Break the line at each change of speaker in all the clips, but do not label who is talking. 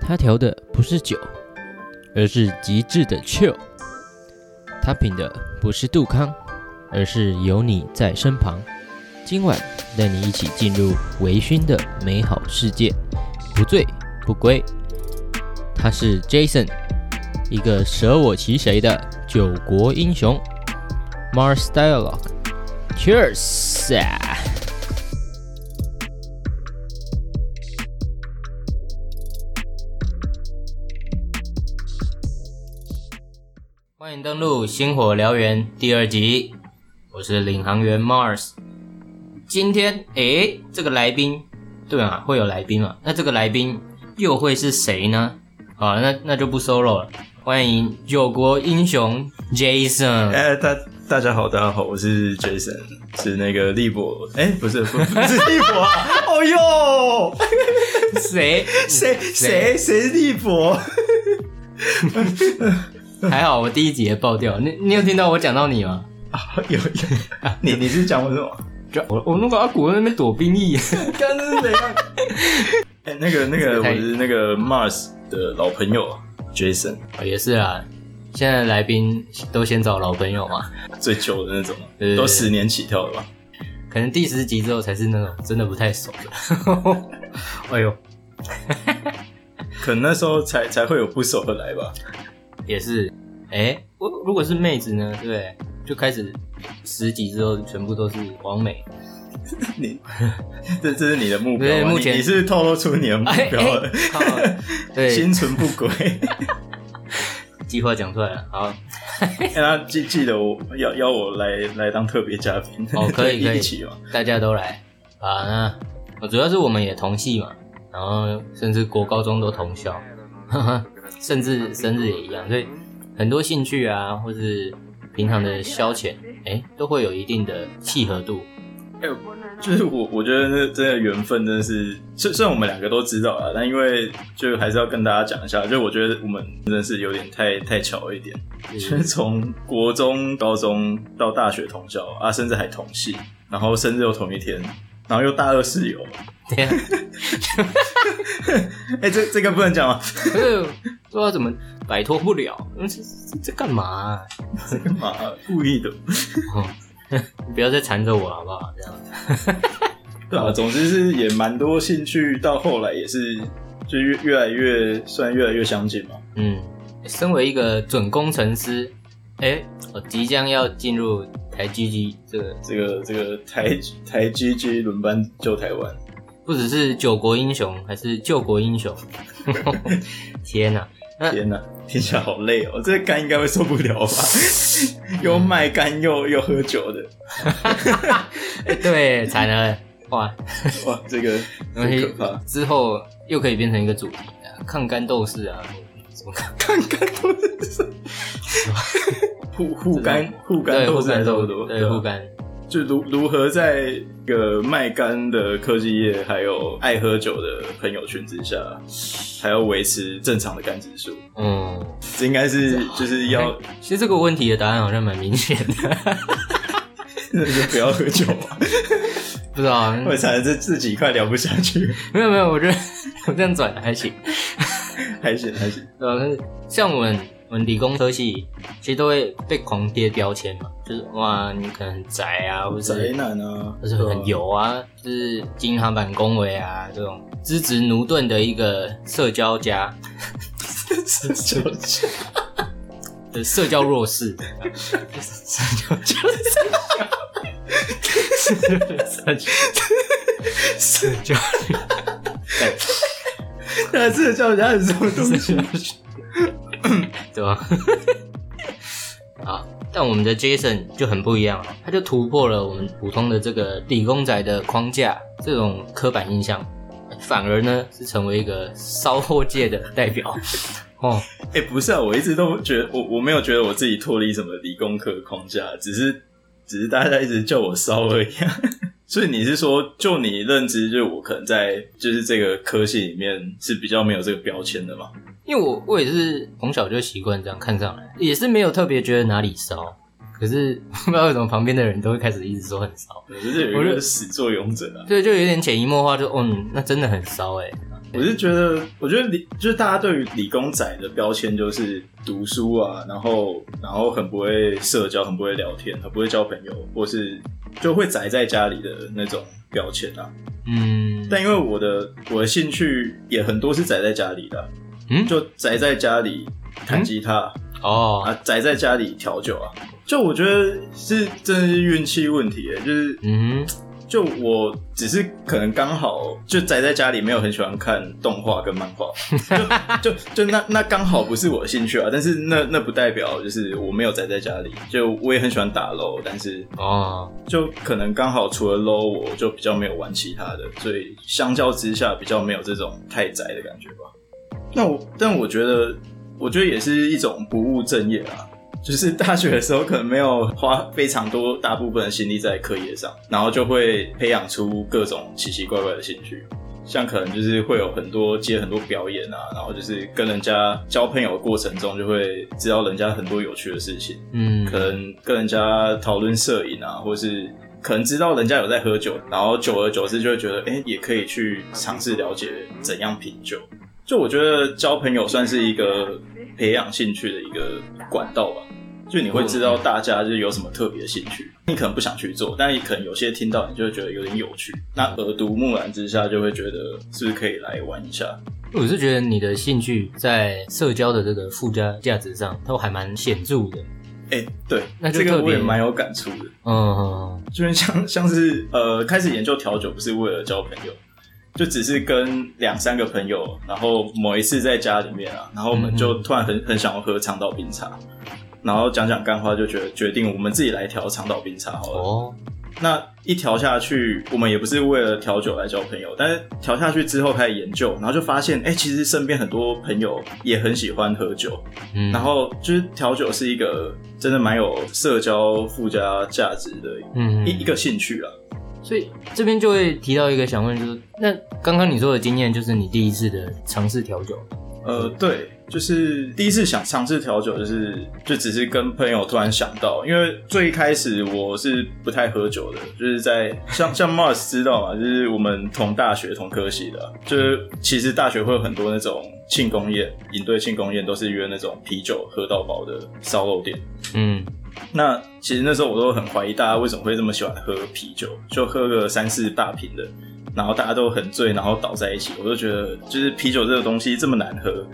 他调的不是酒，而是极致的 chill。他品的不是杜康，而是有你在身旁。今晚带你一起进入微醺的美好世界，不醉不归。他是 Jason，一个舍我其谁的九国英雄。Mars Dialogue，Cheers！欢迎登录《星火燎原》第二集，我是领航员 Mars。今天，诶，这个来宾，对啊，会有来宾嘛？那这个来宾又会是谁呢？好，那那就不 solo 了。欢迎九国英雄 Jason。
哎、大大家好，大家好，我是 Jason，是那个利博，哎、不是，不不 是利博啊， 哦哟，
谁？
谁谁谁是利博？
还好我第一集也爆掉。你你有听到我讲到你吗？
有有， 你你是讲我什么？
就我我那个阿古在那边躲兵役，
刚刚是怎样？哎、那个那个，
太
我是那个 Mars 的老朋友啊 Jason，
也是啊。现在来宾都先找老朋友嘛，
最旧的那种
对对，对
都十年起跳了吧？
可能第十集之后才是那种真的不太熟 的。哎呦，
可能那时候才才会有不熟的来吧？
也是。哎、我如果是妹子呢，对不对？就开始十集之后全部都是王 美。
你这这是你的目标
对
吗？
目前
你你是透露出你的目
哎
标了，
哎靠对，
心存不轨。
计划讲出来了。好，
欸、他记记得我要要我来来当特别嘉宾
哦可 以
就
可以
一起嘛。
大家都来啊。那呃主要是我们也同系嘛，然后甚至国高中都同校，哈 哈，甚至生日也一样，所以很多兴趣啊，或是平常的消遣，哎、都会有一定的契合度。
就是我我觉得那真的缘分真的是，虽虽然我们两个都知道啊，但因为就还是要跟大家讲一下，就我觉得我们真的是有点太太巧一点，
就
就是
是
从国中、高中到大学同校啊，甚至还同系，然后生日又同一天。然后又大二室友，
对啊，
哎、这这个不能讲 吗？
可是不知道怎么摆脱不了。嗯这这这干嘛啊、
这干嘛故意的？
你不要再缠着我好不好？这样
对啊，总之是也蛮多兴趣，到后来也是就越越来越算越来越相近嘛。
嗯，身为一个准工程师，哎、我即将要进入台 GG 这个
这个这个台台 GG 轮班救台湾，
不只是九国英雄，还是救国英雄。 天哪、
天哪，听起来好累哦！这肝应该会受不了吧？ 又卖肝又又喝酒的，
哎对，惨了，哇，
哇，这个
东
很
西
可怕。
之后又可以变成一个主题啊，抗干斗士啊，什么
看看都 是什么护护肝护肝
对
斗
护
士还
肝
是差
斗
不
士
多，啊
对护肝，
就如如何在一个卖肝的科技业，还有爱喝酒的朋友圈之下，还要维持正常的肝指数，
嗯，
这应该是就是要
其实这个问题的答案好像蛮明显的，
那就不要喝酒嘛。
不知道啊，
我惨了，这自己快聊不下去。
没有没有，我觉得 我这样转还行。
还行还行，
呃，像我们我们理工科系，其实都会被狂贴标签嘛，就是哇，你可能很宅啊，或者
宅男啊，
就是 很油啊，就是金航版恭维啊这种资质奴钝的一个社交家
就是
的社交弱势， 社交就是社交，社交
那这个叫人家是什么东西？
对吧？ 啊，但我们的 Jason 就很不一样了，他就突破了我们普通的这个理工仔的框架，这种刻板印象，反而呢是成为一个骚货界的代表 哦。
哎、不是啊，我一直都觉得我我没有觉得我自己脱离什么理工科框架，只是只是大家一直叫我骚而已、啊。 所以你是说，就你认知，就是我可能在就是这个科系里面是比较没有这个标签的嘛？
因为我我也是从小就习惯这样看上来，也是没有特别觉得哪里骚，可是不知道为什么旁边的人都会开始一直说很骚，
我就是有一个始作俑者啊，
所以就有点潜移默化就，哦，嗯那真的很骚哎、
我是觉得，我觉得理就是大家对于理工仔的标签就是读书啊，然后然后很不会社交，很不会聊天，很不会交朋友，或是就会宅在家里的那种标签啊。
嗯，
但因为我的我的兴趣也很多是宅在家里的啊，
嗯
就宅在家里弹吉他、
哦，
啊，宅在家里调酒啊。就我觉得是真的是运气问题耶，就是
嗯
就我只是可能刚好就宅在家里，没有很喜欢看动画跟漫画，就就就那那刚好不是我的兴趣啊。但是那那不代表就是我没有宅在家里，就我也很喜欢打 LO，但是
哦，
就可能刚好除了 LO，我就比较没有玩其他的，所以相较之下比较没有这种太宅的感觉吧。那我但我觉得，我觉得也是一种不务正业啊。就是大学的时候可能没有花非常多大部分的心力在课业上，然后就会培养出各种奇奇怪怪的兴趣，像可能就是会有很多接很多表演啊，然后就是跟人家交朋友的过程中就会知道人家很多有趣的事情，
嗯，
可能跟人家讨论摄影啊，或是可能知道人家有在喝酒，然后久而久之就会觉得，哎、也可以去尝试了解怎样品酒。就我觉得交朋友算是一个培养兴趣的一个管道吧。就你会知道大家就是有什么特别的兴趣，你可能不想去做，但你可能有些听到你就会觉得有点有趣，那耳濡目染之下就会觉得是不是可以来玩一下？
我是觉得你的兴趣在社交的这个附加价值上，都还蛮显著的。
哎、对，
那就
这个
特
我
别
也蛮有感触的。
嗯，
就是像像是呃，开始研究调酒不是为了交朋友，就只是跟两三个朋友，然后某一次在家里面啊，然后我们就突然很很想要喝长岛冰茶，然后讲讲干话，就觉得决定我们自己来调长岛冰茶好了。
哦，
那一调下去，我们也不是为了调酒来交朋友，但是调下去之后开始研究，然后就发现，哎、其实身边很多朋友也很喜欢喝酒，
嗯，
然后就是调酒是一个真的蛮有社交附加价值的
嗯，
一一个兴趣啊。
所以这边就会提到一个想问，就是那刚刚你说的经验，就是你第一次的尝试调酒。
呃，对，就是第一次想尝试调酒，就是就只是跟朋友突然想到，因为最开始我是不太喝酒的，就是在像像 Mars 知道嘛，就是我们同大学同科系的啊，就是其实大学会有很多那种庆功宴，营队庆功宴都是约那种啤酒喝到饱的烧肉店。
嗯，
那其实那时候我都很怀疑大家为什么会这么喜欢喝啤酒，就喝个三四大瓶的，然后大家都很醉，然后倒在一起，我就觉得就是啤酒这个东西这么难喝，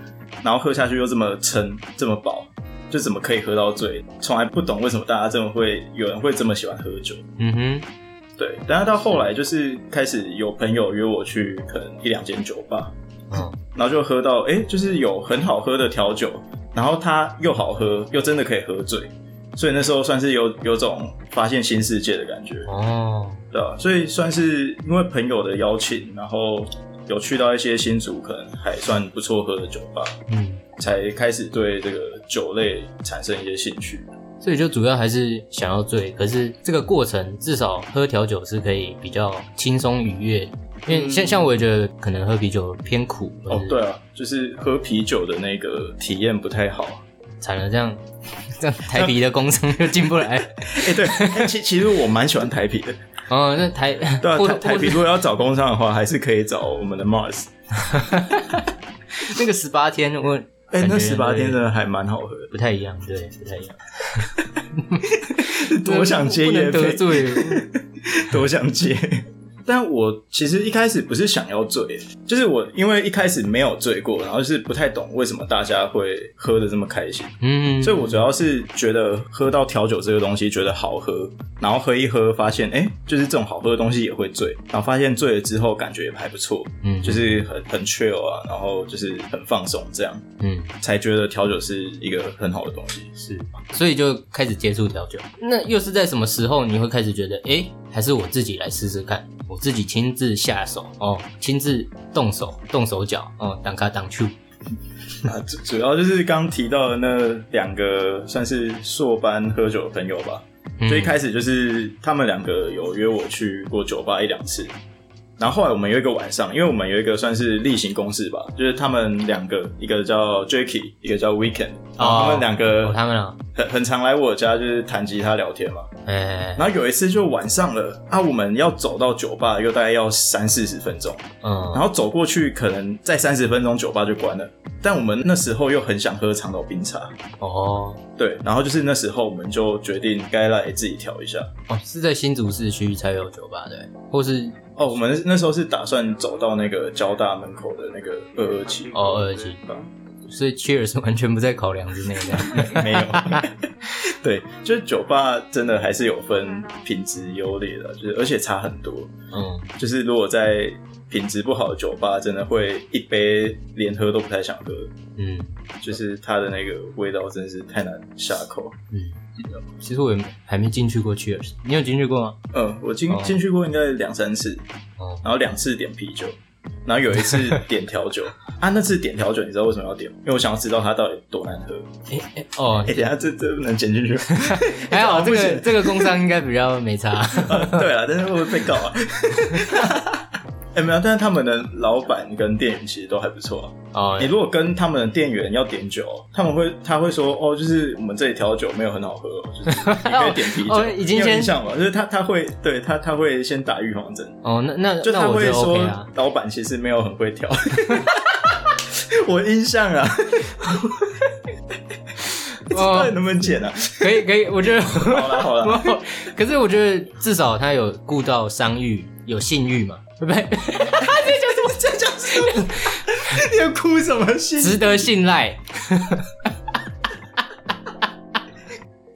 然后喝下去又这么撑这么饱，就怎么可以喝到醉？从来不懂为什么大家这么会有人会这么喜欢喝酒。
嗯
对，但是到后来就是开始有朋友约我去可能一两间酒吧，
哼，嗯，
然后就喝到哎、诶就是有很好喝的调酒，然后它又好喝，又真的可以喝醉，所以那时候算是有有种发现新世界的感觉，
哦，
对吧、所以算是因为朋友的邀请，然后有去到一些新竹可能还算不错喝的酒吧，
嗯，
才开始对这个酒类产生一些兴趣。
所以就主要还是想要醉，可是这个过程至少喝调酒是可以比较轻松愉悦，因为像、
嗯
像我也觉得可能喝啤酒偏苦，或
哦
是，
对啊，就是喝啤酒的那个体验不太好。
惨了，这 样这样台啤的工商就进不来。
哎、对，诶其其实我蛮喜欢台啤的，
哦，那台
对啊，
或
台台啤
或
如果要找工商的话，还是可以找我们的 Mars。
是那个十八天我
哎、那
感觉
十八天
对
真的还蛮好喝的，
不太一样，对，不太一样。
多想接
不
夜
能得
配，
罪，
多想接。但我其实一开始不是想要醉，就是我因为一开始没有醉过，然后就是不太懂为什么大家会喝的这么开心，
嗯，
所以我主要是觉得喝到调酒这个东西觉得好喝，然后喝一喝发现，哎、就是这种好喝的东西也会醉，然后发现醉了之后感觉也还不错，
嗯
就是很很 chill 啊，然后就是很放松，这样
嗯
才觉得调酒是一个很好的东 西。
是，所以就开始接触调酒。那又是在什么时候你会开始觉得，哎、还是我自己来试试看，我自己亲自下手哦，亲自动手动手脚哦，挡卡挡去，
啊，主主要就是刚提到的那两个算是硕班喝酒的朋友吧。就一
嗯
开始就是他们两个有约我去过酒吧一两次，然后后来我们有一个晚上，因为我们有一个算是例行公事吧，就是他们两个，一个叫 Jacky，一个叫 Weekend，然后他们两
哦
个
他们啊，
很很常来我家就是弹吉他聊天嘛，
嗯、哎，
然后有一次就晚上了啊，我们要走到酒吧又大概要三四十分钟，
嗯，
然后走过去可能在三十分钟酒吧就关了，但我们那时候又很想喝长岛冰茶，
哦，
对，然后就是那时候我们就决定该来自己调一下。
哦，是在新竹市区才有酒吧的，或是
哦，我们那时候是打算走到那个交大门口的那个二二七
哦227
吧，
所以 Cheers 完全不在考量之内 的。
没有。对，就是酒吧真的还是有分品质优劣的，就是而且差很多。
嗯，
就是如果在品质不好的酒吧，真的会一杯连喝都不太想喝，
嗯
就是它的那个味道真是太难下口。
嗯，其实我也还没进去过 Cheers，你有进去过吗？
嗯，我进
哦
进去过应该两三次，
哦，
然后两次点啤酒，然后有一次点调酒 啊，那次点调酒你知道为什么要点吗？因为我想要知道它到底多难喝。
哎哦
哎、，等一下这这不能剪进去吗。
还好这
不
个
行
这个工商应该比较没差。
对啊，但是会不会被告啊？ 哎、没有，但是他们的老板跟店员其实都还不错啊、
哦
你，如果跟他们的店员要点酒，他们会他会说哦，就是我们这里调酒没有很好喝哦，就是你可以点啤酒。
哦已经
你有
先
印象吗？就是他他会对他他会先打预防针，
哦，那那
就
那
他
我
会
就
说、
OK 啊。
老板其实没有很会调。 我印象啊，
哦
这到底能不能剪啊？
可以可以，我觉得
好啦好 啦，
可是我觉得至少他有顾到商誉，有信誉嘛，对不对？
这就是我你要哭什么戏？
值得信赖。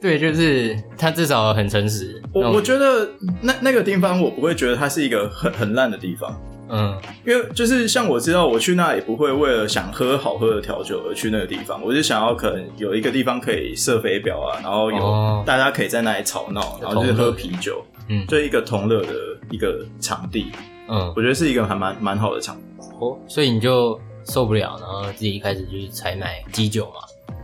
对，就是他至少很诚实。那
我
种
我觉得那那个地方，我不会觉得它是一个很很烂的地方，
嗯
因为就是像我知道我去那也不会为了想喝好喝的调酒而去那个地方，我就想要可能有一个地方可以射飞镖啊，然后有、
哦
大家可以在那里吵闹，然后就是喝啤酒，
嗯
就一个同乐的一个场地，
嗯，
我觉得是一个还蛮蛮好的场地。
哦所以你就受不了，然后自己开始就是采买基酒嘛。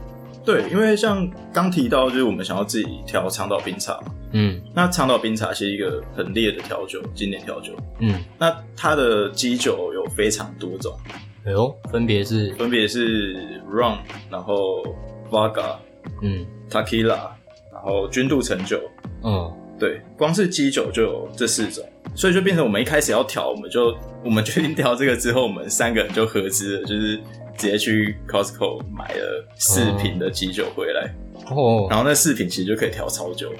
对，因为像刚提到，就是我们想要自己调长岛冰茶嘛，
嗯
那长岛冰茶是一个很烈的调酒，经典调酒，
嗯，
那它的基酒有非常多种。
哎呦，分别是
分别是 rum，然后 vodka、
嗯
tequila，然后君度橙酒。
嗯
对，光是基酒就有这四种，所以就变成我们一开始要调，我们就我们决定调这个之后，我们三个人就合资了，就是直接去 Costco 买了四瓶的基酒回来，
哦
然后那四瓶其实就可以调超久。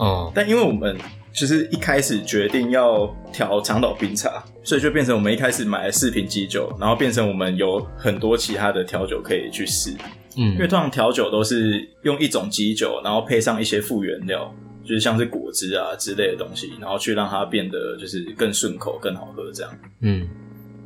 嗯
但因为我们就是一开始决定要调长岛冰茶，所以就变成我们一开始买了四瓶基酒，然后变成我们有很多其他的调酒可以去试。因为
嗯
通常调酒都是用一种基酒，然后配上一些副原料，就是像是果汁啊之类的东西，然后去让它变得就是更顺口、更好喝这样。
嗯，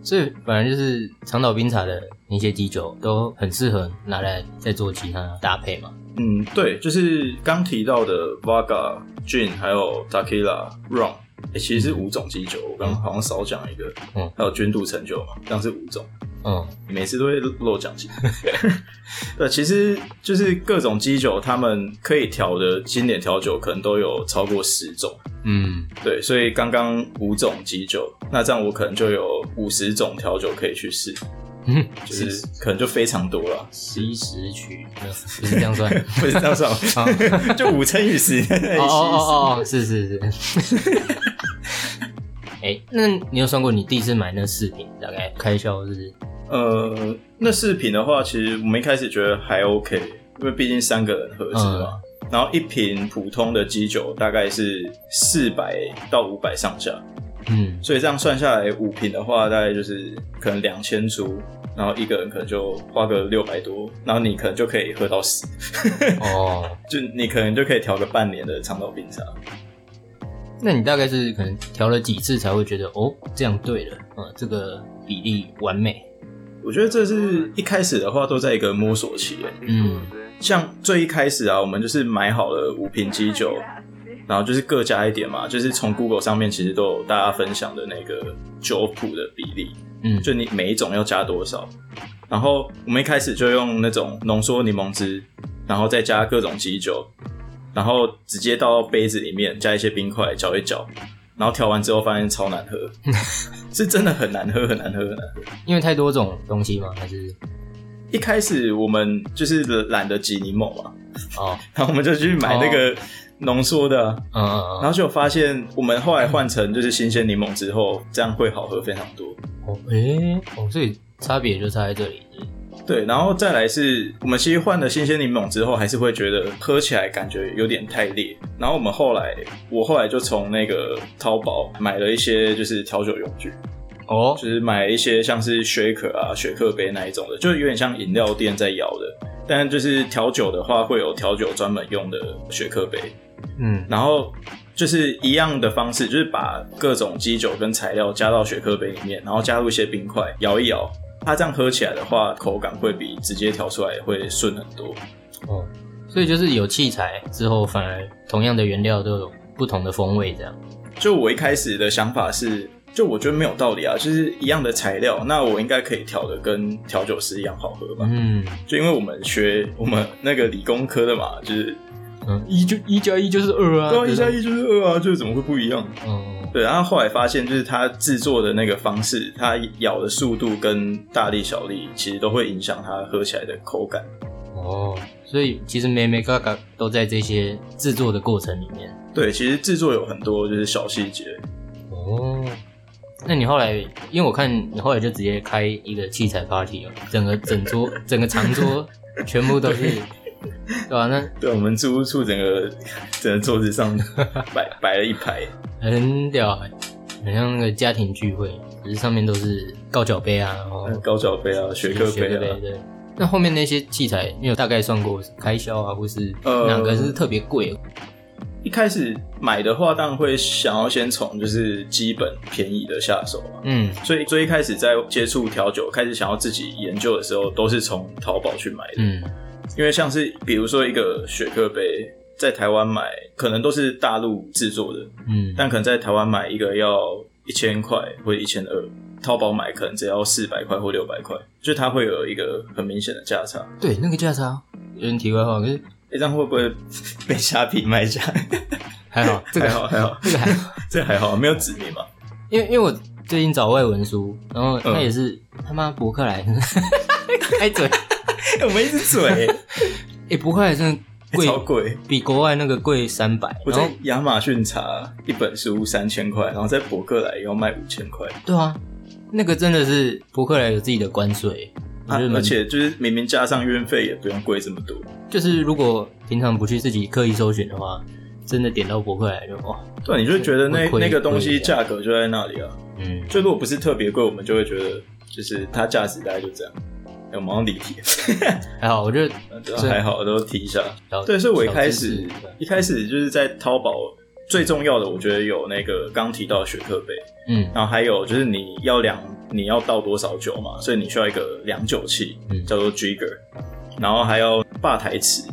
所以反正就是长岛冰茶的那些基酒都很适合拿来再做其他搭配嘛。
嗯，对，就是刚提到的 Vaga、Gin 还有 Tequila、Rum，、欸、其实是五种基酒，我刚刚好像少讲一个，
嗯
还有君度橙酒嘛，这样是五种。
嗯
每次都会漏讲几 对，其实就是各种基酒，他们可以调的经典调酒可能都有超过十种。
嗯
对，所以刚刚五种基酒，那这样我可能就有五十种调酒可以去试，
嗯，
就
十。
是可能就非常多了
七十曲，没有不是这 样算。
不是这样算吗
好
就五乘以十，
啊哦 哦哦哦，是是是。哎、那你有算过你第一次买那饰品大概开销是？
呃，那饰品的话，其实我们一开始觉得还 OK，因为毕竟三个人合
嗯
资嘛。然后一瓶普通的基酒大概是四百到五百上下，
嗯
所以这样算下来五瓶的话，大概就是可能两千出，然后一个人可能就花个六百多，然后你可能就可以喝到死。
哦，
就你可能就可以调个半年的长岛冰茶。
那你大概是可能调了几次才会觉得哦这样对了，嗯，这个比例完美。
我觉得这是一开始的话都在一个摸索期耶，
嗯
像最一开始啊，我们就是买好了五瓶基酒，然后就是各加一点嘛，就是从 Google 上面其实都有大家分享的那个酒谱的比例，
嗯
就你每一种要加多少。然后我们一开始就用那种浓缩柠檬汁，然后再加各种基酒，然后直接倒到杯子里面，加一些冰块搅一搅，然后调完之后发现超难喝，是真的很难喝，很难喝，很难喝。
因为太多种东西吗？还是
一开始我们就是懒得挤柠檬嘛，
哦
然后我们就去买那个浓缩的啊、
嗯嗯
然后就发现我们后来换成就是新鲜柠檬之后，这样会好喝非常多。
嗯，哦，诶，哦，所以差别就差在这里。
对，然后再来是我们其实换了新鲜柠檬之后，还是会觉得喝起来感觉有点太烈。然后我们后来，我后来就从那个淘宝买了一些就是调酒用具，
哦
就是买一些像是 shaker 啊、雪克杯那一种的，就是有点像饮料店在摇的。但就是调酒的话，会有调酒专门用的雪克杯，
嗯，
然后就是一样的方式，就是把各种基酒跟材料加到雪克杯里面，然后加入一些冰块，摇一摇。它这样喝起来的话，口感会比直接调出来会顺很多。
哦，所以就是有器材之后，反而同样的原料都有不同的风味，这样。
就我一开始的想法是，就我觉得没有道理啊，就是一样的材料，那我应该可以调的跟调酒师一样好喝吧？
嗯
就因为我们学我们那个理工科的嘛，就是
嗯，一就一加一就是二啊
对啊，一加
一。
一就是二啊，就是怎么会不一样？
嗯
对，然后后来发现，就是它制作的那个方式，它咬的速度跟大力小力，其实都会影响它喝起来的口感。
哦，所以其实每每嘎嘎都在这些制作的过程里面。
对，其实制作有很多就是小细节。
哦，那你后来，因为我看你后来就直接开一个器材 party 哦，整个整桌整个长桌全部都是，对吧、那
对，我们住屋处整个整个桌子上摆摆了一排，
很屌、欸，很像那个家庭聚会，只是上面都是高脚杯啊，然后
高脚杯啊，雪克杯啊，
对。那后面那些器材，你有大概算过开销啊，或是
呃
哪个是特别贵？
一开始买的话，当然会想要先从就是基本便宜的下手嘛。
嗯，
所以最一开始在接触调酒，开始想要自己研究的时候，都是从淘宝去买的。
嗯，
因为像是比如说一个雪克杯，在台湾买可能都是大陆制作的，
嗯，
但可能在台湾买一个要一千块或者一千二，淘宝买可能只要四百块或六百块，就它会有一个很明显的价差。
对那个价差，有点题外话，可是
诶哎这样会不会被虾皮卖 家？
还 好，这个
还好还好，
这个还好，
这还好，没有指名嘛。
因为因为我最近找外文书，然后他
嗯
也是、他妈博客来， 开 嘴，
我们一直嘴、
哎、博客来真的贵，
哎超贵。
比国外那个贵三百，
我
然后
在亚马逊查一本书三千块，然后在博客来要卖五千块，
对啊，那个真的是博客来有自己的关税，我
啊
觉得蛮
而且就是明明加上运费也不用贵这么多。
就是如果平常不去自己刻意搜寻的话，真的点到博客来就哇，
对，啊你就觉得那
会亏
那个东
亏
西
一下
价格就在那里啊。
嗯，
就如果不是特别贵，我们就会觉得就是它价值大概就这样。哎我们好像离题，
还好，我觉得
对
这
还好都提一下。
小
对，所以我一
小
开
知识
始一开始就是在淘宝。最重要的，我觉得有那个刚提到的雪克杯，
嗯
然后还有就是你要量你要倒多少酒嘛，所以你需要一个量酒器，
嗯
叫做 jigger，然后还要吧台尺，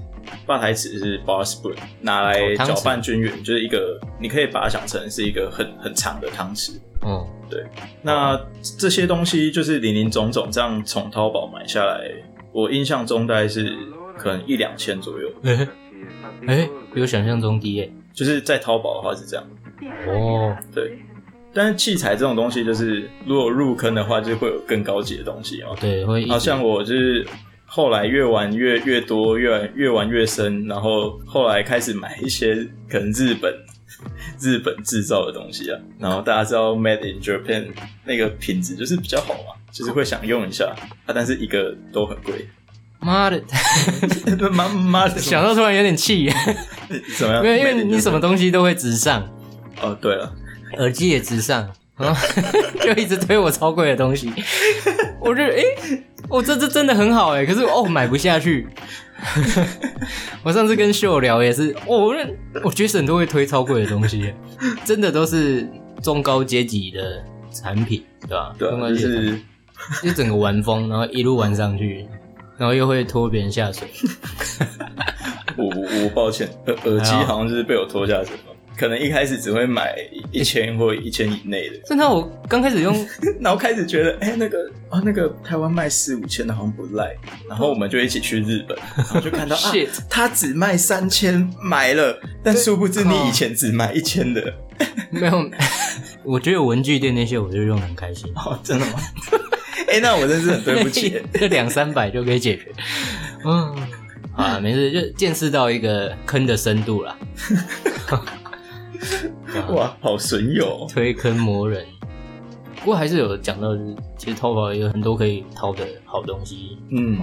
吧台尺是 bar spoon，拿来
哦汤匙
搅拌均匀，就是一个你可以把它想成是一个很很长的汤匙，
嗯
那这些东西就是林林总总，这样从淘宝买下来，我印象中大概是可能一两千左右，
哎、哎比我想象中低耶、
就是在淘宝的话是这样。
哦，
对，但是器材这种东西，就是如果入坑的话，就会有更高级的东西哦。
对，会一直
好像我就是后来越玩越越多，越玩越玩越深，然后后来开始买一些可能日本 日本制造的东西啊。然后大家知道 Made in Japan 那个品质就是比较好嘛，就是会想用一下啊，但是一个都很贵。
妈的，
妈妈 的，
想到突然有点气，
啊怎么样？
没有，因为你什
么？
么东西都会直上，
哦，对了，
耳机也直上，然后 就一直推我超贵的东西， 我就哎，我、这这真的很好哎、可是哦买不下去。 我上次跟秀聊也是，哦、我认我觉得很多会推超贵的东西，真的都是中高阶级的产品，对吧？
对
中高
啊，就
阶级的产品
是
就整个玩疯，然后一路玩上去，然后又会拖别人下水。
我我我抱歉，耳耳机
还好
好像就是被我拖下水了。可能一开始只会买一千或一千以内的，
真的，我刚开始用
然后开始觉得，哎、那个啊、那个台湾卖四五千的好像不赖，然后我们就一起去日本， 然后就 看到啊，
shit，
他只卖三千，买了，但殊不知你以前只买一千的，
没有， 我觉得文具店那些我就用得很开心。
哦，真的吗？ 哎、那我真是很对不起，
这两三百就可以解决。嗯，好啦，没事，就见识到一个坑的深度啦。
哇，好损友哦，
推坑魔人。不过还是有讲到，就是其实淘宝也有很多可以淘的好东西。
嗯。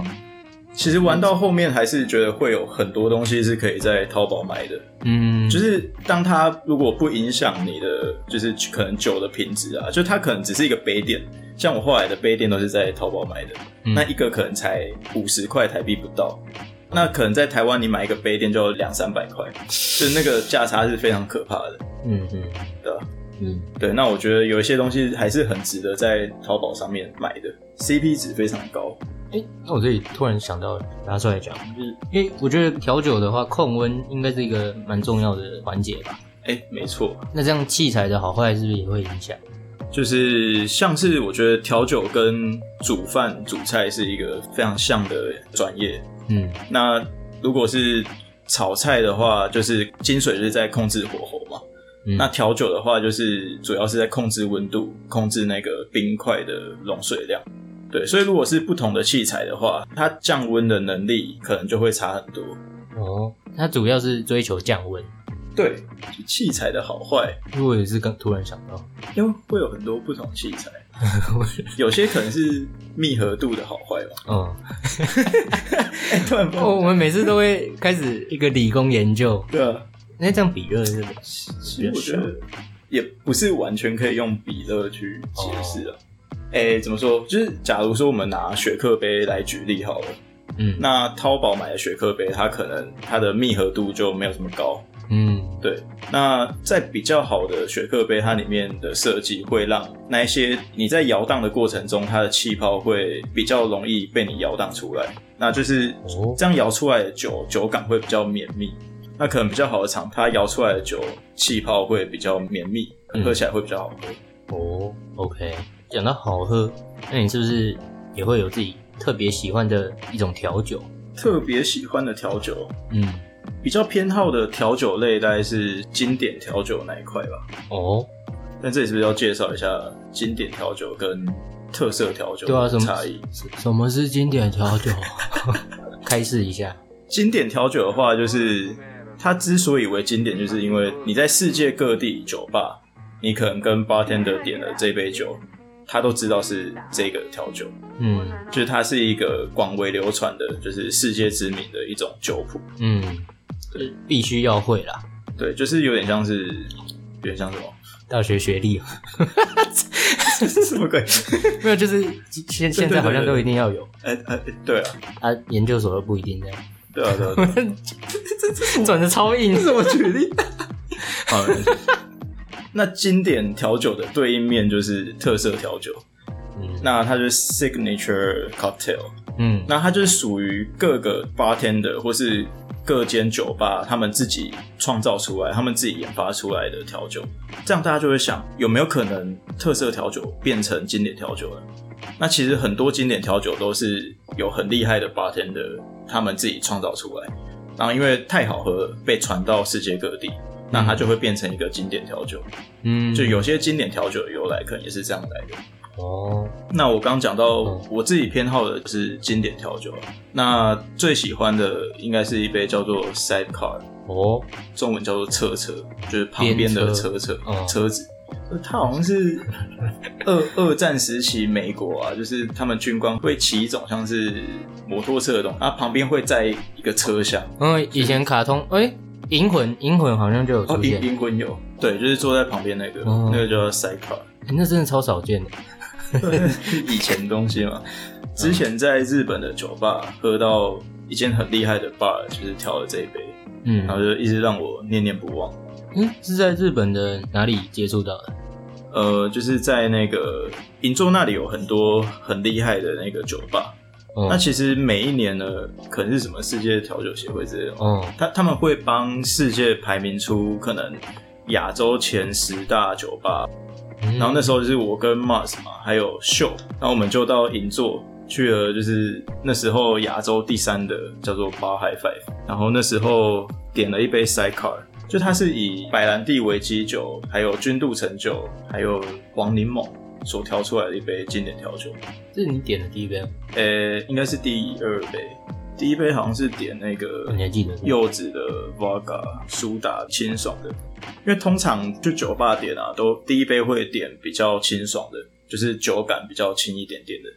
其实玩到后面还是觉得会有很多东西是可以在淘宝买的，
嗯，
就是当它如果不影响你的，就是可能酒的品质啊，就它可能只是一个杯垫，像我后来的杯垫都是在淘宝买的，
嗯
那一个可能才五十块台币不到，那可能在台湾你买一个杯垫就要两三百块，就是那个价差是非常可怕的，
嗯嗯
对吧？
嗯，
对，那我觉得有一些东西还是很值得在淘宝上面买的，CP 值非常高。
哎、那我这里突然想到拿出来讲，就是因为我觉得调酒的话，控温应该是一个蛮重要的环节吧。
哎，没错，
那这样器材的好坏是不是也会影响？
就是像是我觉得调酒跟煮饭、煮菜是一个非常像的专业。
嗯
那如果是炒菜的话，就是精髓就是在控制火候嘛。
嗯，
那调酒的话，就是主要是在控制温度，控制那个冰块的溶水量。对，所以如果是不同的器材的话，它降温的能力可能就会差很多。
哦，它主要是追求降温。
对，器材的好坏，
因为我也是刚突然想到，
因为会有很多不同器材，有些可能是密合度的好坏 嘛。
嗯，
哎、突然帮
哦，我们每次都会开始一个理工研究，
对啊，
那这样比热是不是
其实我觉得也不是完全可以用比乐去解释啊。哎、怎么说？就是假如说我们拿雪克杯来举例好了，
嗯
那淘宝买的雪克杯，它可能它的密合度就没有这么高。
嗯
对，那在比较好的雪克杯，它里面的设计会让那一些你在摇荡的过程中，它的气泡会比较容易被你摇荡出来，那就是
哦
这样摇出来的酒酒感会比较绵密。那可能比较好的厂，它摇出来的酒气泡会比较绵密，
嗯
喝起来会比较好喝。
哦，OK，讲到好喝，那你是不是也会有自己特别喜欢的一种调酒？
特别喜欢的调酒，
嗯，
比较偏好的调酒类大概是经典调酒那一块吧。
哦，
但这里是不是要介绍一下经典调酒跟特色调酒
对啊，
的
什么
差异？
什么是经典调酒？ 开示一下，
经典调酒的话，就是它之所以为经典，就是因为你在世界各地酒吧，你可能跟 bartender 点了这杯酒，他都知道是这个调酒，
嗯
就是它是一个广为流传的，就是世界知名的一种酒谱。
嗯，就是必须要会啦，
对，就是有点像是，有点像什么？
大学学历
什么鬼？
没有，就是现现在好像都一定要有，
哎哎，对啊，
啊，研究所都不一定这样，
对啊，对啊，对啊
转的超硬，
什么举例？好，没关系那经典调酒的对应面就是特色调酒，
嗯
那它就是 signature cocktail，
嗯
那它就是属于各个 bartender 或是各间酒吧他们自己创造出来、他们自己研发出来的调酒。这样大家就会想，有没有可能特色调酒变成经典调酒呢？那其实很多经典调酒都是有很厉害的 bartender 他们自己创造出来，然后因为太好喝了，被传到世界各地，那它就会变成一个经典调酒。
嗯
就有些经典调酒的由来可能也是这样来的。
哦，
那我刚讲到
嗯
我自己偏好的是经典调酒，啊那最喜欢的应该是一杯叫做 Sidecar，
哦，
中文叫做侧车，就是旁边的车车
边车嗯
车子。它好像是二 二战时期美国啊，就是他们军官会骑一种像是摩托车的东西，它旁边会在一个车厢，
因为以前卡通，哎、银魂，银魂好像就有
哦，
出现
银，银魂有，对，就是坐在旁边那个，
嗯
那个叫 Sidecar。
诶那真的超少见的。
以前的东西嘛。之前在日本的酒吧喝到一间很厉害的 bar，就是调了这一杯，
嗯
然后就一直让我念念不忘。
嗯，是在日本的哪里接触到的？
呃，就是在那个银座那里有很多很厉害的那个酒吧。
哦
那其实每一年呢，可能是什么世界调酒协会之类的，
哦，
他他们会帮世界排名出可能亚洲前十大酒吧然
嗯
后那时候就是我跟 Mars 嘛，还有秀，然后我们就到银座去了，就是那时候亚洲第三的叫做 Bar High Five，然后那时候点了一杯 Sidecar，就它是以白兰地为基酒，还有君度橙酒，还有黄柠檬所调出来的一杯经典调酒，
那这是你点的第一杯吗
呃、应该是第二杯，第一杯好像是点那个
哦你还记得吗
柚子的 vodka 苏打清爽的，因为通常就酒吧点啊，都第一杯会点比较清爽的，就是酒感比较轻一点点的，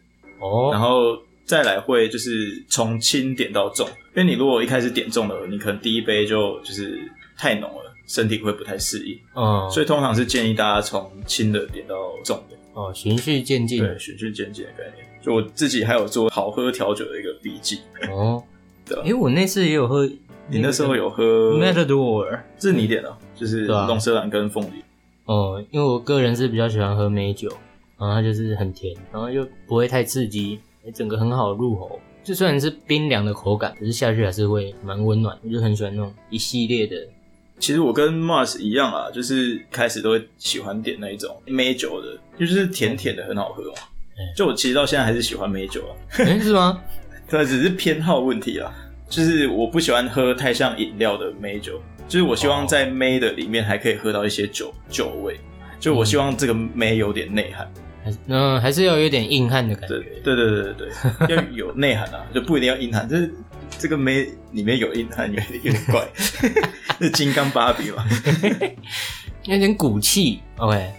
哦，
然后再来会就是从轻点到重，因为你如果一开始点重了，你可能第一杯就就是太浓了，身体会不太适应，
嗯，
所以通常是建议大家从轻的点到重的。
哦，循序渐进，
对，循序渐进的概念。就我自己还有做好喝调酒的一个笔记。
哦
对啊，
诶，我那次也有喝，
你那时候有喝
Matador，
是你点的哦，就是
对啊
龙舌兰跟凤梨。
哦，因为我个人是比较喜欢喝美酒，然后它就是很甜，然后又不会太刺激，诶整个很好入喉。就虽然是冰凉的口感，可是下去还是会蛮温暖，我就很喜欢那种一系列 的
其实我跟 Mars 一样啊，就是开始都会喜欢点那一种梅酒的，就是甜甜的，很好喝嘛
嗯。
就我其实到现在还是喜欢梅酒啊，
诶，是吗？
对，只是偏好问题啦。就是我不喜欢喝太像饮料的梅酒，就是我希望在梅的里面还可以喝到一些酒酒味，就我希望这个梅有点内涵。
还是嗯，还是要有点硬汉的感
对
觉。
对对对对 对，要有内涵啊，就不一定要硬汉。就是这个没里面有硬汉，有点有点 怪，是金刚芭比嘛？
有点骨气。OK，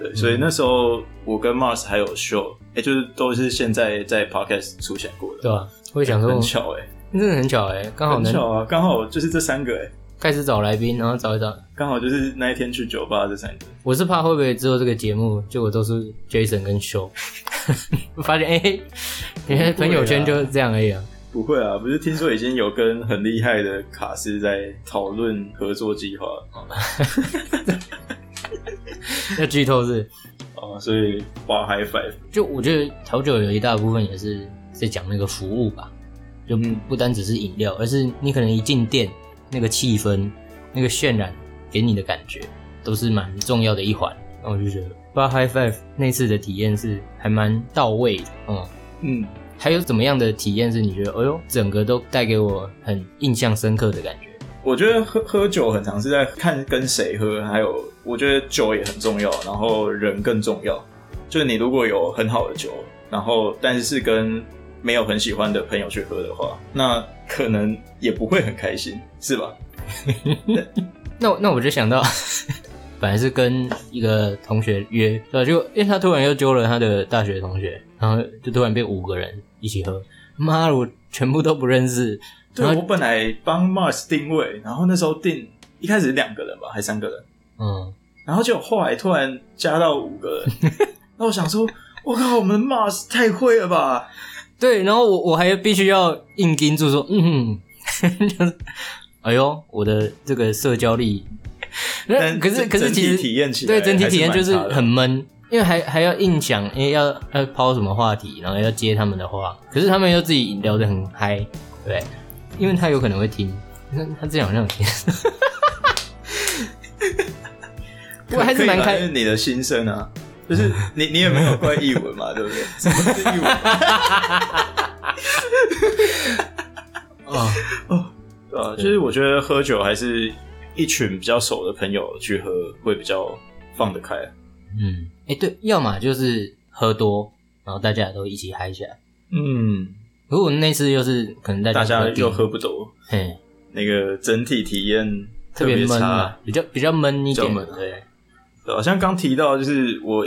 对，所以那时候我跟 Mars 还有 Show，哎、就是都是现在在 Podcast 出现过的，
对吧、啊我也想说
很，巧哎、
真的很巧哎、刚好
很巧
能
啊，刚好就是这三个哎、
开始找来宾，然后找一找。
刚好就是那一天去酒吧这三个，
我是怕会不会之后这个节目，结果都是 Jason 跟 Show，发现哎、原
啊
来朋友圈就是这样而已啊。
不会啊，不是听说已经有跟很厉害的卡斯在讨论合作计划
那剧透是，
哦，所以哇 High Five，
就我觉得调酒有一大部分也是在讲那个服务吧，就不不单只是饮料，而是你可能一进店，那个气氛、那个渲染给你的感觉，都是蛮重要的一环。那我就觉得 Bar High Five 那次的体验是还蛮到位的，嗯。
嗯，
还有怎么样的体验是你觉得，哎呦，整个都带给我很印象深刻的感觉？
我觉得喝喝酒很常是在看跟谁喝，还有我觉得酒也很重要，然后人更重要。就是你如果有很好的酒，然后但是是跟没有很喜欢的朋友去喝的话，那可能也不会很开心，是吧？
那我那我就想到， 本来是跟一个同学约，对吧？就因为他突然又揪了他的大学同学，然后就突然变五个人一起喝，妈的，我全部都不认识。
对
然后
我本来帮 Mars 定位，然后那时候定一开始两个人吧，还三个人，
嗯，
然后就后来突然加到五个 人，那我想说，我靠，我们 Mars 太会了吧！
对，然后我我还必须要硬盯住说，嗯， 就是，哎呦，我的这个社交力。
但
可是
整
可是
整
其
体
实
体验起
对
来
整体
还是
体验
蛮
就是
差的
很闷，因为还还要硬想，因为要要抛什么话题，然后要接他们的话，可是他们又自己聊得很嗨，对，因为他有可能会听，他他这样好像有 听，不过还是蛮
可以啦
开
因为你的心声啊，就是你你也没有怪译文嘛，对不 对？什么是译文？
哦，
呃，就是我觉得喝酒还是一群比较熟的朋友去喝会比较放得开。啊
嗯，哎、对，要么就是喝多，然后大家都一起嗨起来。
嗯，
如果那次又是可能大
大
家
家
都
又
低
喝，不多，
嘿，
那个整体体验
特
别
别闷
差
啊。，比较比较闷一
比较
点，
闷啊
对，
对好像刚提到，就是我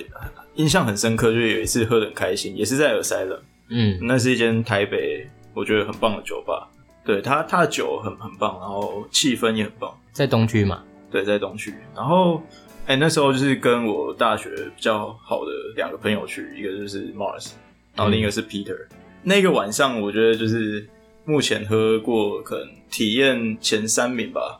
印象很深刻，就是有一次喝的很开心，也是在耳塞的，
嗯，
那是一间台北我觉得很棒的酒吧。对他，他的酒很很棒，然后气氛也很棒。
在东区嘛，
对，在东区。然后，哎、那时候就是跟我大学比较好的两个朋友去，一个就是 Mars，然后另一个
嗯
是 Peter。那个晚上，我觉得就是目前喝过可能体验前三名吧。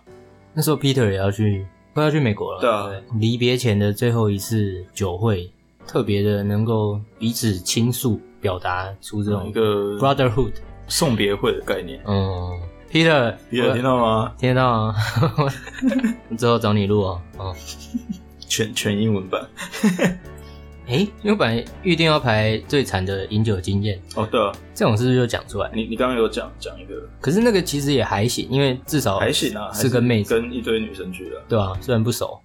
那时候 Peter 也要去，快要去美国了。
对啊
不离别前的最后一次酒会，特别的能够彼此倾诉，表达出这
嗯
种
一个
brotherhood。
送别会的概念，
嗯，Peter，
你有
我
听到吗？
听得到 啊，之后找你录哦。哦，
全全英文版。
诶，因为本来预定要排最惨的饮酒经验，
哦，对啊，
这种是不是就讲出来？
你你刚刚有讲讲一个，
可是那个其实也还行，因为至少
还行啊，还
哦是跟妹子，
跟一堆女生去的。
对啊，虽然不熟，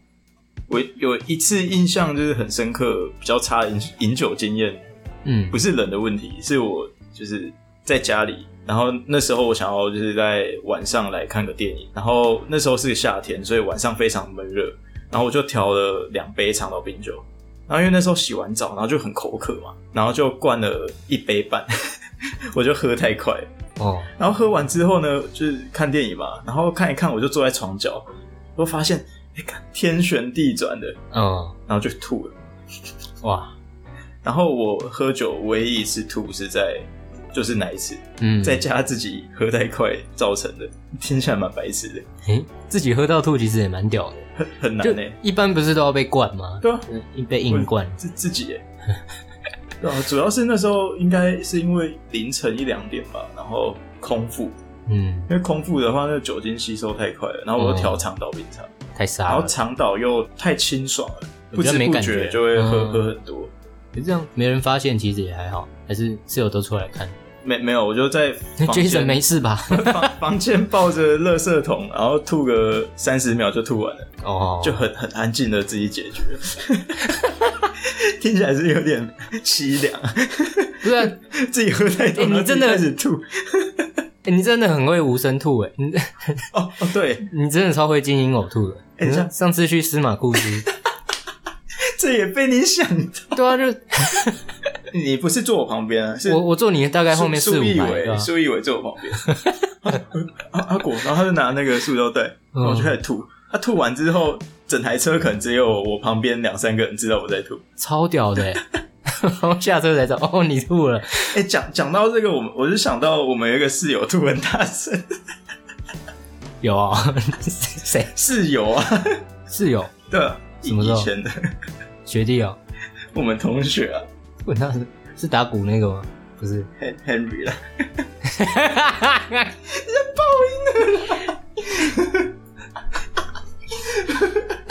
我有一次印象就是很深刻，比较差的饮饮酒经验，
嗯
不，是人的问题，是我就是在家里，然后那时候我想要就是在晚上来看个电影，然后那时候是个夏天，所以晚上非常闷热，然后我就调了两杯长岛冰酒，然后因为那时候洗完澡，然后就很口渴嘛，然后就灌了一杯半，我就喝太快了，
哦，
然后喝完之后呢，就是看电影嘛，然后看一看我就坐在床角，我发现哎，干天旋地转的，
嗯，
然后就吐了。
哇，
然后我喝酒唯一一次吐是在就是哪一次，
嗯，
在家自己喝太快造成的，听起来蛮白痴的，
诶自己喝到吐其实也蛮屌的，
很难
就
呢、
一般不是都要被灌吗？
对啊，
一被硬灌，
自自己、欸。 对啊，主要是那时候应该是因为凌晨一两点吧，然后空腹，
嗯，
因为空腹的话，那酒精吸收太快了，然后我又调长岛冰茶，
太傻
然后
了。
长岛又太清爽了，不
哦比较
知
没
不
感
觉
觉
就会喝、
嗯
喝很多。
可是这样没人发现，其实也还好，还是室友都出来看。
没没有，我就在房 间
，Jason 没事吧？
房 房间抱着垃圾桶，然后吐个三十秒就吐完了，
哦，
就很很安静的自己解决。 听起来是有点凄凉，
不是啊、
自己喝太多，
欸你
然后自己
真的
开始吐。
欸你真的很会无声吐诶、你
哦哦，对，
你真的超会经营呕吐的。
欸
你
像
上上次去司马库斯，
这也被你想到。
对啊，就
你不是坐我旁边啊，是
我我坐你大概后面
苏
四
苏
五
一
排，对吧
伟，？苏一伟坐我旁边。阿阿果，然后他就拿那个塑料袋，然
嗯
后我就开始吐。他吐完之后，整台车可能只有我旁边两三个人知道我在吐。
超屌的、欸。 然后下车才知道，哦，你吐了，
哎、讲讲到这个，我们我就想到我们有一个室友吐很大声，
有啊、 谁
室友啊，
室友
对啊，
什么时候
以前的
学弟哦、
我们同学啊
问他是是打鼓那个吗？不是，
，Hen- ，Henry 啦，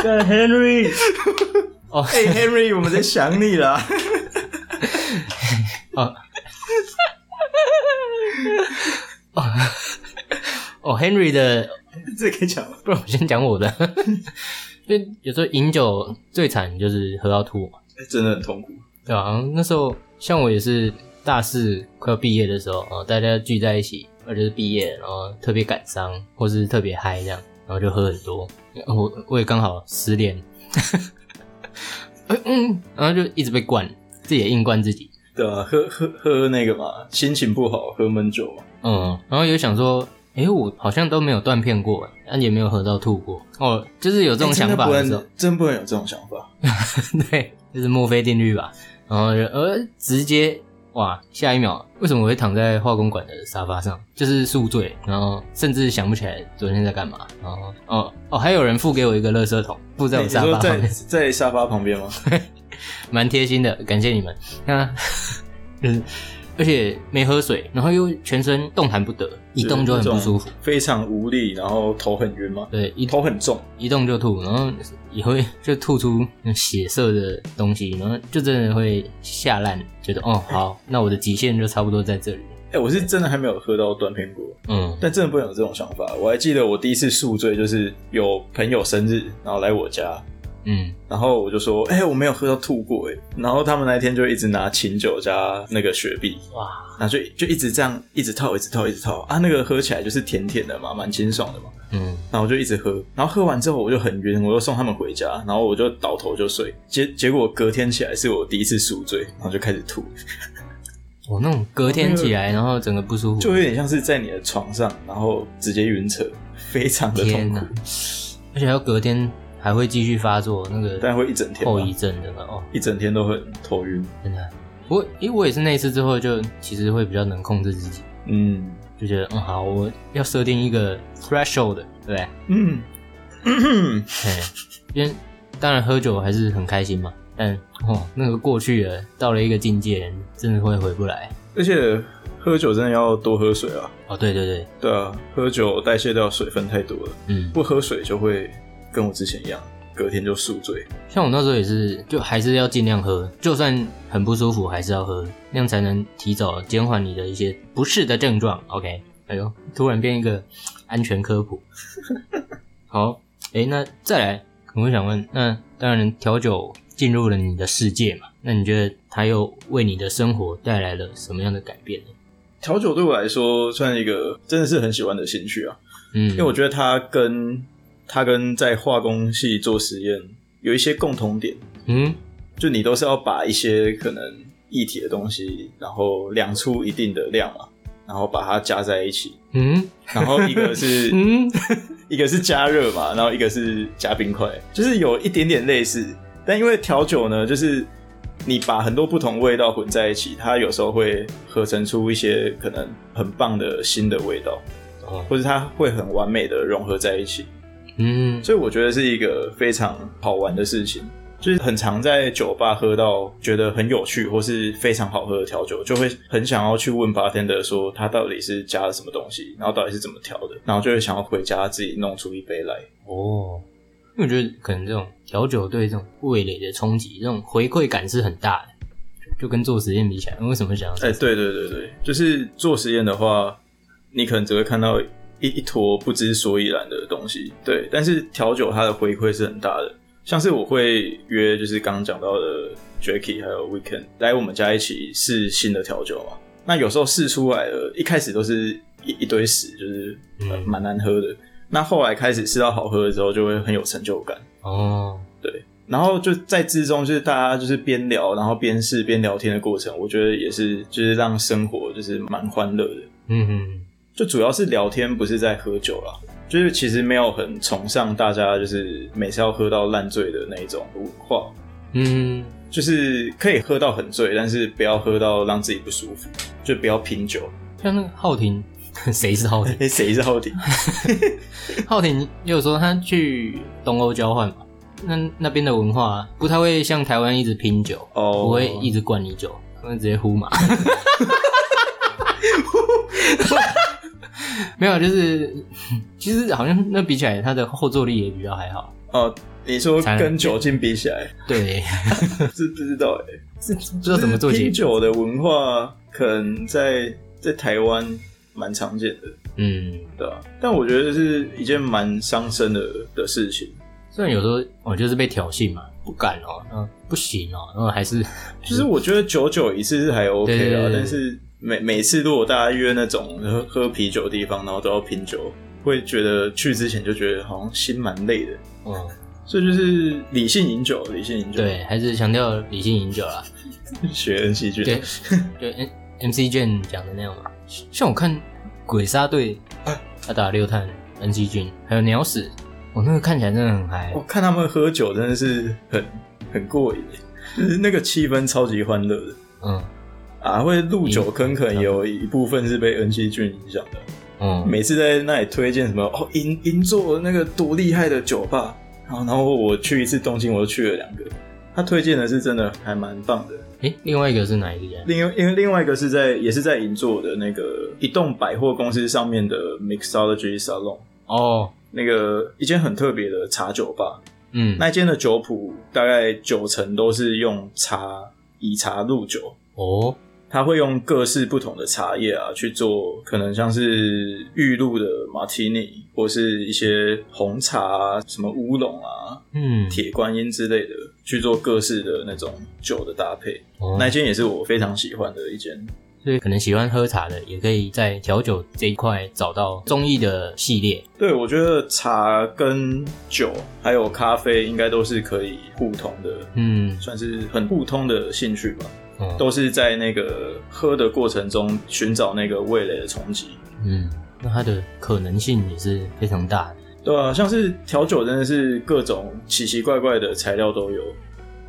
干啊 Henry，哦
哎、h e n r y 我们在想你啦，
哦 Henry 的，
这可以讲吗？
不然我先讲我的， 就有时候饮酒最惨就是喝到吐嘛，
哎真的很痛苦，
对吧、啊？那时候像我也是大四快要毕业的时候，哦，大家聚在一起，或者是毕业，然后特别感伤，或是特别嗨这样，然后就喝很多。我我也刚好失 恋，嗯，然后就一直被灌，自己也硬灌自己。
对啊，喝喝喝那个嘛，心情不好喝闷酒嘛，
嗯，然后也想说，诶，我好像都没有断片过，啊，也没有喝到吐过，哦，就是有这种
哎真
想
的
法
不
的时候，
能，真不能有这种想法，
对，就是墨菲定律吧。然后就呃，直接哇，下一秒为什么我会躺在化工馆的沙发上？就是宿醉，然后甚至想不起来昨天在干嘛。然后哦哦，还有人付给我一个垃圾桶，附在我
你
沙
说
发
在
上面，
在沙发旁边吗？
蛮贴心的，感谢你们。那 就是。而且没喝水，然后又全身动弹不得，一动就很不舒服。，
非常无力，然后头很晕嘛，
对，一
头很重，
一动就吐，然后也会就吐出血色的东西，然后就真的会吓烂，觉得哦好，那我的极限就差不多在这里。
哎、我是真的还没有喝到断片过。
嗯，
但真的不能有这种想法。我还记得我第一次宿醉，就是有朋友生日，然后来我家，
嗯，
然后我就说：“哎、我没有喝到吐过哎。”然后他们那一天就一直拿琴酒加那个雪碧，
哇，
然后就就一直这样一直套，一直套，一直套啊。那个喝起来就是甜甜的嘛，蛮清爽的嘛。
嗯，
然后我就一直喝，然后喝完之后我就很晕，我又送他们回家，然后我就倒头就睡。结结果隔天起来是我第一次宿醉，然后就开始吐，
我、那种隔天起来，然后整个不舒服，
就有点像是在你的床上，然后直接晕车，非常的痛
天
苦
哪，，而且要隔天还会继续发作那
但
个
会一整天吧。
后遗症的哦，
一整天都很头晕。
真的。我因为我也是那一次之后就其实会比较能控制自己，
嗯
就觉得嗯好，我要设定一个 threshold，对不对？
嗯，
嘿因为当然喝酒还是很开心嘛，但哦，那个过去了，到了一个境界，真的会回不来。
而且喝酒真的要多喝水啊。
哦，对对对，
对啊，喝酒代谢掉水分太多了，
嗯，
不喝水就会跟我之前一样，隔天就宿醉。
像我那时候也是，就还是要尽量喝，就算很不舒服，还是要喝，那样才能提早减缓你的一些不适的症状。OK，哎呦，突然变一个安全科 普。好，哎，那再来，我会想问，那当然调酒进入了你的世界嘛，那你觉得它又为你的生活带来了什么样的改变呢？
调酒对我来说算一个真的是很喜欢的兴趣啊，
嗯，
因为我觉得它跟它跟在化工系做实验有一些共同点，
嗯
就你都是要把一些可能液体的东西，然后量出一定的量嘛，然后把它加在一起，
嗯
然后一个是
嗯，
一个是加热嘛，然后一个是加冰块，就是有一点点类似，但因为调酒呢，就是你把很多不同味道混在一起，它有时候会合成出一些可能很棒的新的味道，
哦
或者它会很完美的融合在一起，
嗯
所以我觉得是一个非常好玩的事情。就是很常在酒吧喝到觉得很有趣或是非常好喝的调酒，就会很想要去问 bartender 说它到底是加了什么东西，然后到底是怎么调的，然后就会想要回家自己弄出一杯来。
哦，因为我觉得可能这种调酒对这种味蕾的冲击，这种回馈感是很大的，就就跟做实验比起来，为什么想要？
哎、对对对对，就是做实验的话，你可能只会看到一一坨不知所以然的东西，对。但是调酒它的回馈是很大的，像是我会约就是刚刚讲到的 Jacky 还有 Weekend 来我们家一起试新的调酒嘛。那有时候试出来了，一开始都是一一堆屎，就是呃
嗯
蛮、难喝的。那后来开始试到好喝的时候，就会很有成就感。
哦，
然后就在之中，就是大家就是边聊，然后边试边聊天的过程，我觉得也是就是让生活就是蛮欢乐的。
嗯嗯
就主要是聊天，不是在喝酒啦。就是其实没有很崇尚大家就是每次要喝到烂醉的那一种文化，
嗯，
就是可以喝到很醉，但是不要喝到让自己不舒服，就不要拼酒。
像那个浩廷， 谁是 浩廷？
哎，谁是浩廷？
浩廷也有说他去东欧交换嘛，那那边的文化不太会像台湾一直拼酒，
哦，
不会一直灌你酒，他们直接呼嘛。 没有，就是其实好像那比起来，它的后坐力也比较还好。
哦，你说
才
跟酒精比起来，
对，
是不知道哎、
这不知道怎么做
就
结
是拼。酒的文化可能在在台湾蛮常见的，
嗯，
对吧、但我觉得这是一件蛮伤身的的事情，
虽然有时候我就是被挑衅嘛，不敢哦，嗯、不行哦，然后还是
就是我觉得久久一次是还 OK
对对
啦，
对
但是每每次如果大家约那种喝喝啤酒的地方，然后都要拼酒，会觉得去之前就觉得好像心蛮累的，
嗯，
所以就是理性饮酒，理性饮酒，
对，还是强调理性饮酒啦。
学恩熙菌，
对，对，M M C Jane 讲的那样嘛。像我看《鬼杀队》，他打六探 N C 君，还有鸟屎，我、那个看起来真的很嗨
我。哦看他们喝酒真的是很很过瘾，就是那个气氛超级欢乐的。
嗯
啊，会入酒坑，可能有一部分是被恩熙俊影响的。
嗯，
每次在那里推荐什么哦，银银座那个多厉害的酒吧，然后然后我去一次东京，我就去了两个。他推荐的是真的还蛮棒的。
诶，另外一个是哪一个呀？
另因为另外一个是在也是在银座的那个一栋百货公司上面的 Mixology Salon，
哦，
那个一间很特别的茶酒吧。
嗯，
那间的酒谱大概九成都是用茶以茶入酒，
哦，
他会用各式不同的茶叶啊去做，可能像是玉露的马提尼，或是一些红茶啊、什么乌龙啊、
嗯，
铁观音之类的，去做各式的那种酒的搭配。
哦
那一间也是我非常喜欢的一间。
所以可能喜欢喝茶的，也可以在调酒这一块找到中意的系列。
对，我觉得茶跟酒还有咖啡应该都是可以互通的，
嗯，
算是很互通的兴趣吧。
哦
都是在那个喝的过程中寻找那个味蕾的冲击。
嗯，那它的可能性也是非常大的。
对啊，像是调酒真的是各种奇奇怪怪的材料都有，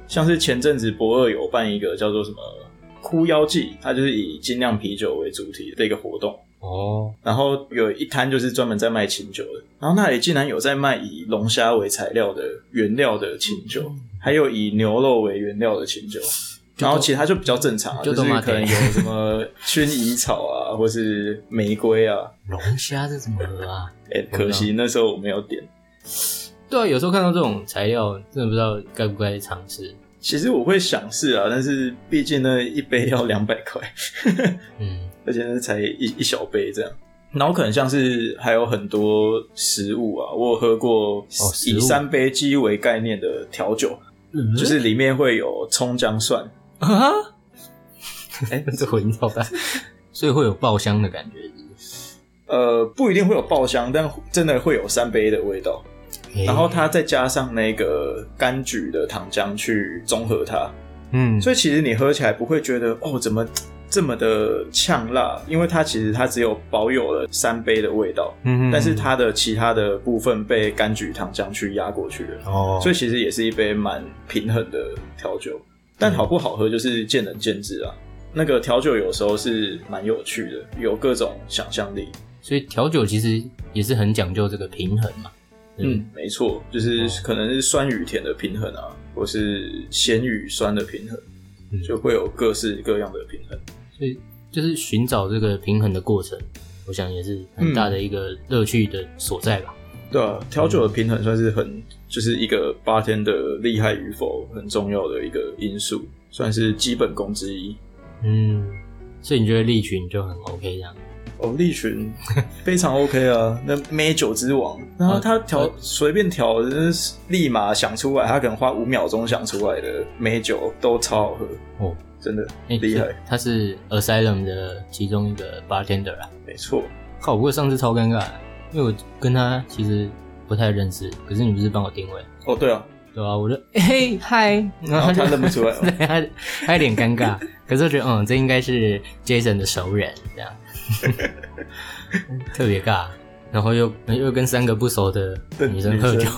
像是前阵子博二有办一个叫做什么“哭妖祭”，它就是以精酿啤酒为主题的一个活动，
哦，
然后有一摊就是专门在卖琴酒的，然后那里竟然有在卖以龙虾为材料的原料的琴酒，还有以牛肉为原料的琴酒。
嗯就都
然后其他就比较正常、啊，
就
就
都
是
嘛
可能有什么 薰衣草啊，或是玫瑰啊。
龙虾是怎么喝啊？
哎、可惜那时候我没有点。
对啊，有时候看到这种材料，真的不知道该不该尝试。
其实我会想试啊，但是毕竟呢，一杯要两百块，
嗯
而且那才一一小杯这样。然后可能像是还有很多食物啊，我有喝过
哦食物
以三杯鸡为概念的调酒，
嗯
就是里面会有葱姜蒜，
啊，哎、这混淆吧？所以会有爆香的感觉。
呃，不一定会有爆香，但真的会有三杯的味道。然后它再加上那个柑橘的糖浆去综合它，
嗯，
所以其实你喝起来不会觉得哦，怎么这么的呛辣？因为它其实它只有保有了三杯的味道，
嗯
但是它的其他的部分被柑橘糖浆去压过去了，
哦，嗯
所以其实也是一杯蛮平衡的调酒。但好不好喝就是见仁见智啊。那个调酒有时候是蛮有趣的，有各种想象力。
所以调酒其实也是很讲究这个平衡嘛。
嗯，没错，
哦
就是可能是酸与甜的平衡啊，或是咸与酸的平衡，
嗯
就会有各式各样的平衡。
所以就是寻找这个平衡的过程，我想也是很大
嗯
的一个乐趣的所在吧。
对啊，调酒的平衡算是很，就是一个八天的厉害与否很重要的一个因素，算是基本功之一。
嗯，所以你觉得利群就很 OK 这样。
哦，利 群非常 OK 啊，那美酒之王，然后他调
呃
随便调，真是立马想出来，他可能花五秒钟想出来的美酒都超好喝
哦，
真的
哎
厉害
是，他是 Asylum 的其中一个 bartender 啊。
没错。
靠，不过上次超尴尬，因为我跟他其实不太认识，可是你不是帮我定位？
哦，对 啊，
对啊，我就 嘿嗨，然
然后
后
他
就，
认不出来
对，他他有点尴尬，可是我觉得，嗯，这应该是 Jason 的熟人，这 样特别尬。然后又又跟三个不熟的女生喝酒，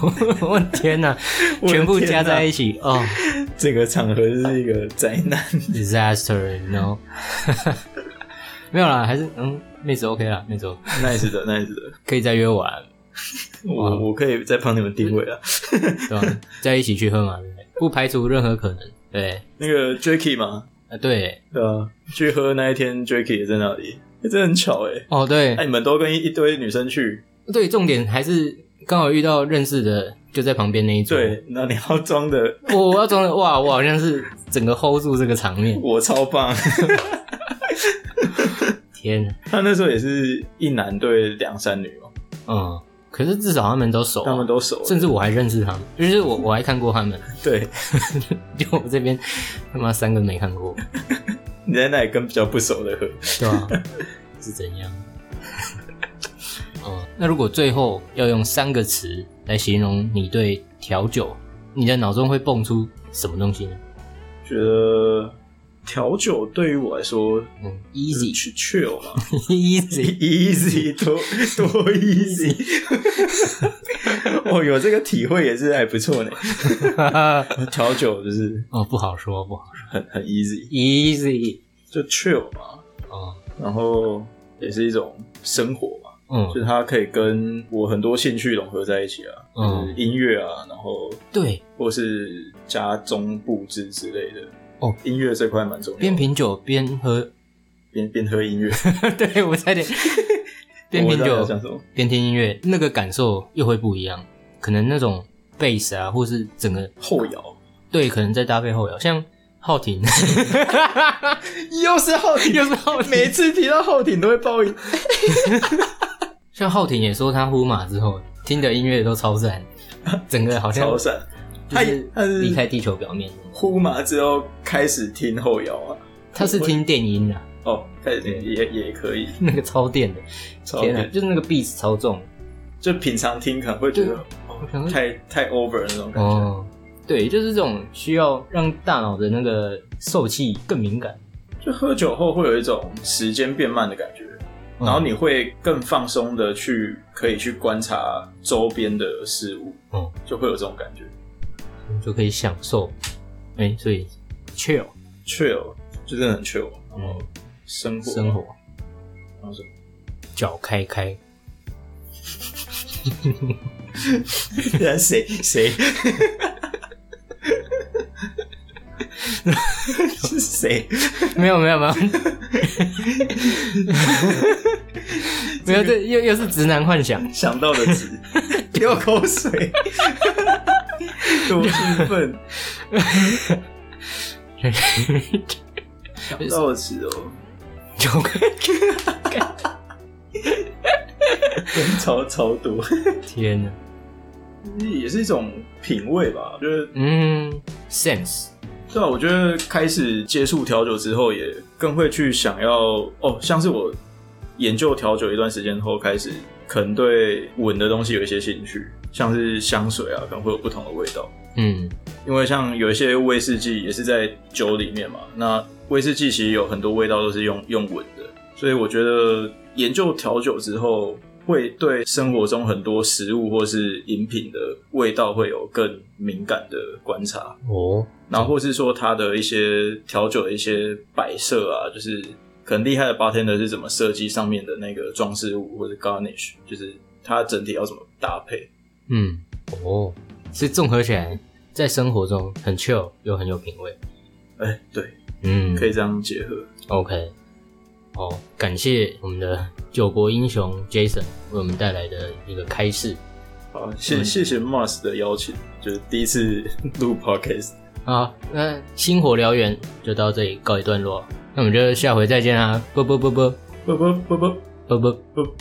我的天哪，
我的
全部加
天哪
在一起哦
这个场合是一个灾难。
，disaster，你知道？ 没有啦，还是嗯，妹子 OK 啦，妹子 OK，
nice 的，nice 的，
可以再约我啊，
我我可以再帮你们定位啊。
对吧、再一起去喝嘛，对不对？不排除任何可能，对，
那个 Jacky 嘛，
啊对，
对啊，去喝那一天 Jacky 也在那里，欸、真的很巧哎、欸。
哦对
哎、，你们都跟一一堆女生去，
对，重点还是刚好遇到认识的，就在旁边那一桌，
对，那你要装的
我我要装的哇，我好像是整个 hold 住这个场面。
我超棒。
天哪，
他那时候也是一男对两三女嘛，
嗯，可是至少他们都熟啊、
他们都熟了，
甚至我还认识他们，就是我我还看过他们，
对
就我这边他妈三个没看 过，
你在那里跟比较不熟的喝。
对吧、是怎样？嗯，那如果最后要用三个词来形容你对调酒，你的脑中会蹦出什么东西呢？
觉得调酒对于我来说
嗯
，easy 去 chill 嘛
，easy，easy，
，easy 多多 easy。哦，有这个体会也是还不错呢。调酒就是
哦，不好说，不好说
很很 easy，
，easy，
就 chill 嘛，
哦，
然后也是一种生活嘛，
嗯
就，是它可以跟我很多兴趣融合在一起啊，
嗯
就是音乐啊，然后
对，
或是加中布置之类的。
哦，
音乐这块蛮重要的，
边品酒边喝，
边边喝 音乐，
对我差点边
我
品
知道你要
酒
讲什么？
边听音乐，那个感受又会不一样。可能那种贝斯啊，或是整个
后摇，
对，可能再搭配后摇，像浩廷，
又是后 庭，
又是浩廷
每次提到后庭都会爆音。
像浩廷也说他呼马之后听的音乐都超赞，整个好像
超闪，
就
他也
是
他是
离开地球表面。
呼麻之后开始听后摇啊，
他是听电音的、
哦，开始听也也可以，
那个超电的，
超
天啊，
电
就是那个 beats 超重。
就平常听可能会觉得
我想说
太太 over 了那种感觉。
哦，对，就是这种需要让大脑的那个受气更敏感，
就喝酒后会有一种时间变慢的感觉，
嗯
然后你会更放松的去可以去观察周边的事物，
嗯
就会有这种感觉。
就可以享受。哎、所以 chill
chill 就真的很 chill，
嗯
然后生活
生活，
然后什么
脚开开，
然后谁谁 是谁？
没有没有没 有，没有这又又是直男幻想，
想到的词，流口水， 多兴 奋！想到的词哦，
脚开开，
超超多，
天哪，
也是一种品味吧。就是
嗯，sense，
对啊，我觉得开始接触调酒之后，也更会去想要哦，像是我研究调酒一段时间后，开始可能对闻的东西有一些兴趣，像是香水啊，可能会有不同的味道。
嗯，
因为像有一些威士忌也是在酒里面嘛，那威士忌其实有很多味道都是用用闻的，所以我觉得研究调酒之后，会对生活中很多食物或是饮品的味道会有更敏感的观察，
哦，
然后或是说它的一些调酒的一些摆设啊，就是可能厉害的 bartender 是怎么设计上面的那个装饰物或者 garnish，就是它整体要怎么搭配。
嗯，哦，是综合起来，在生活中很 chill 又很有品味。
哎、对，
嗯，
可以这样结合。
OK，好，感谢我们的九国英雄 Jason 为我们带来的一个开示
好，谢谢谢 Mars 的邀请，就是第一次录 podcast。
好，那星火燎原就到这里告一段落，那我们就下回再见啦，啵啵啵啵
不不不不
啵啵。
不。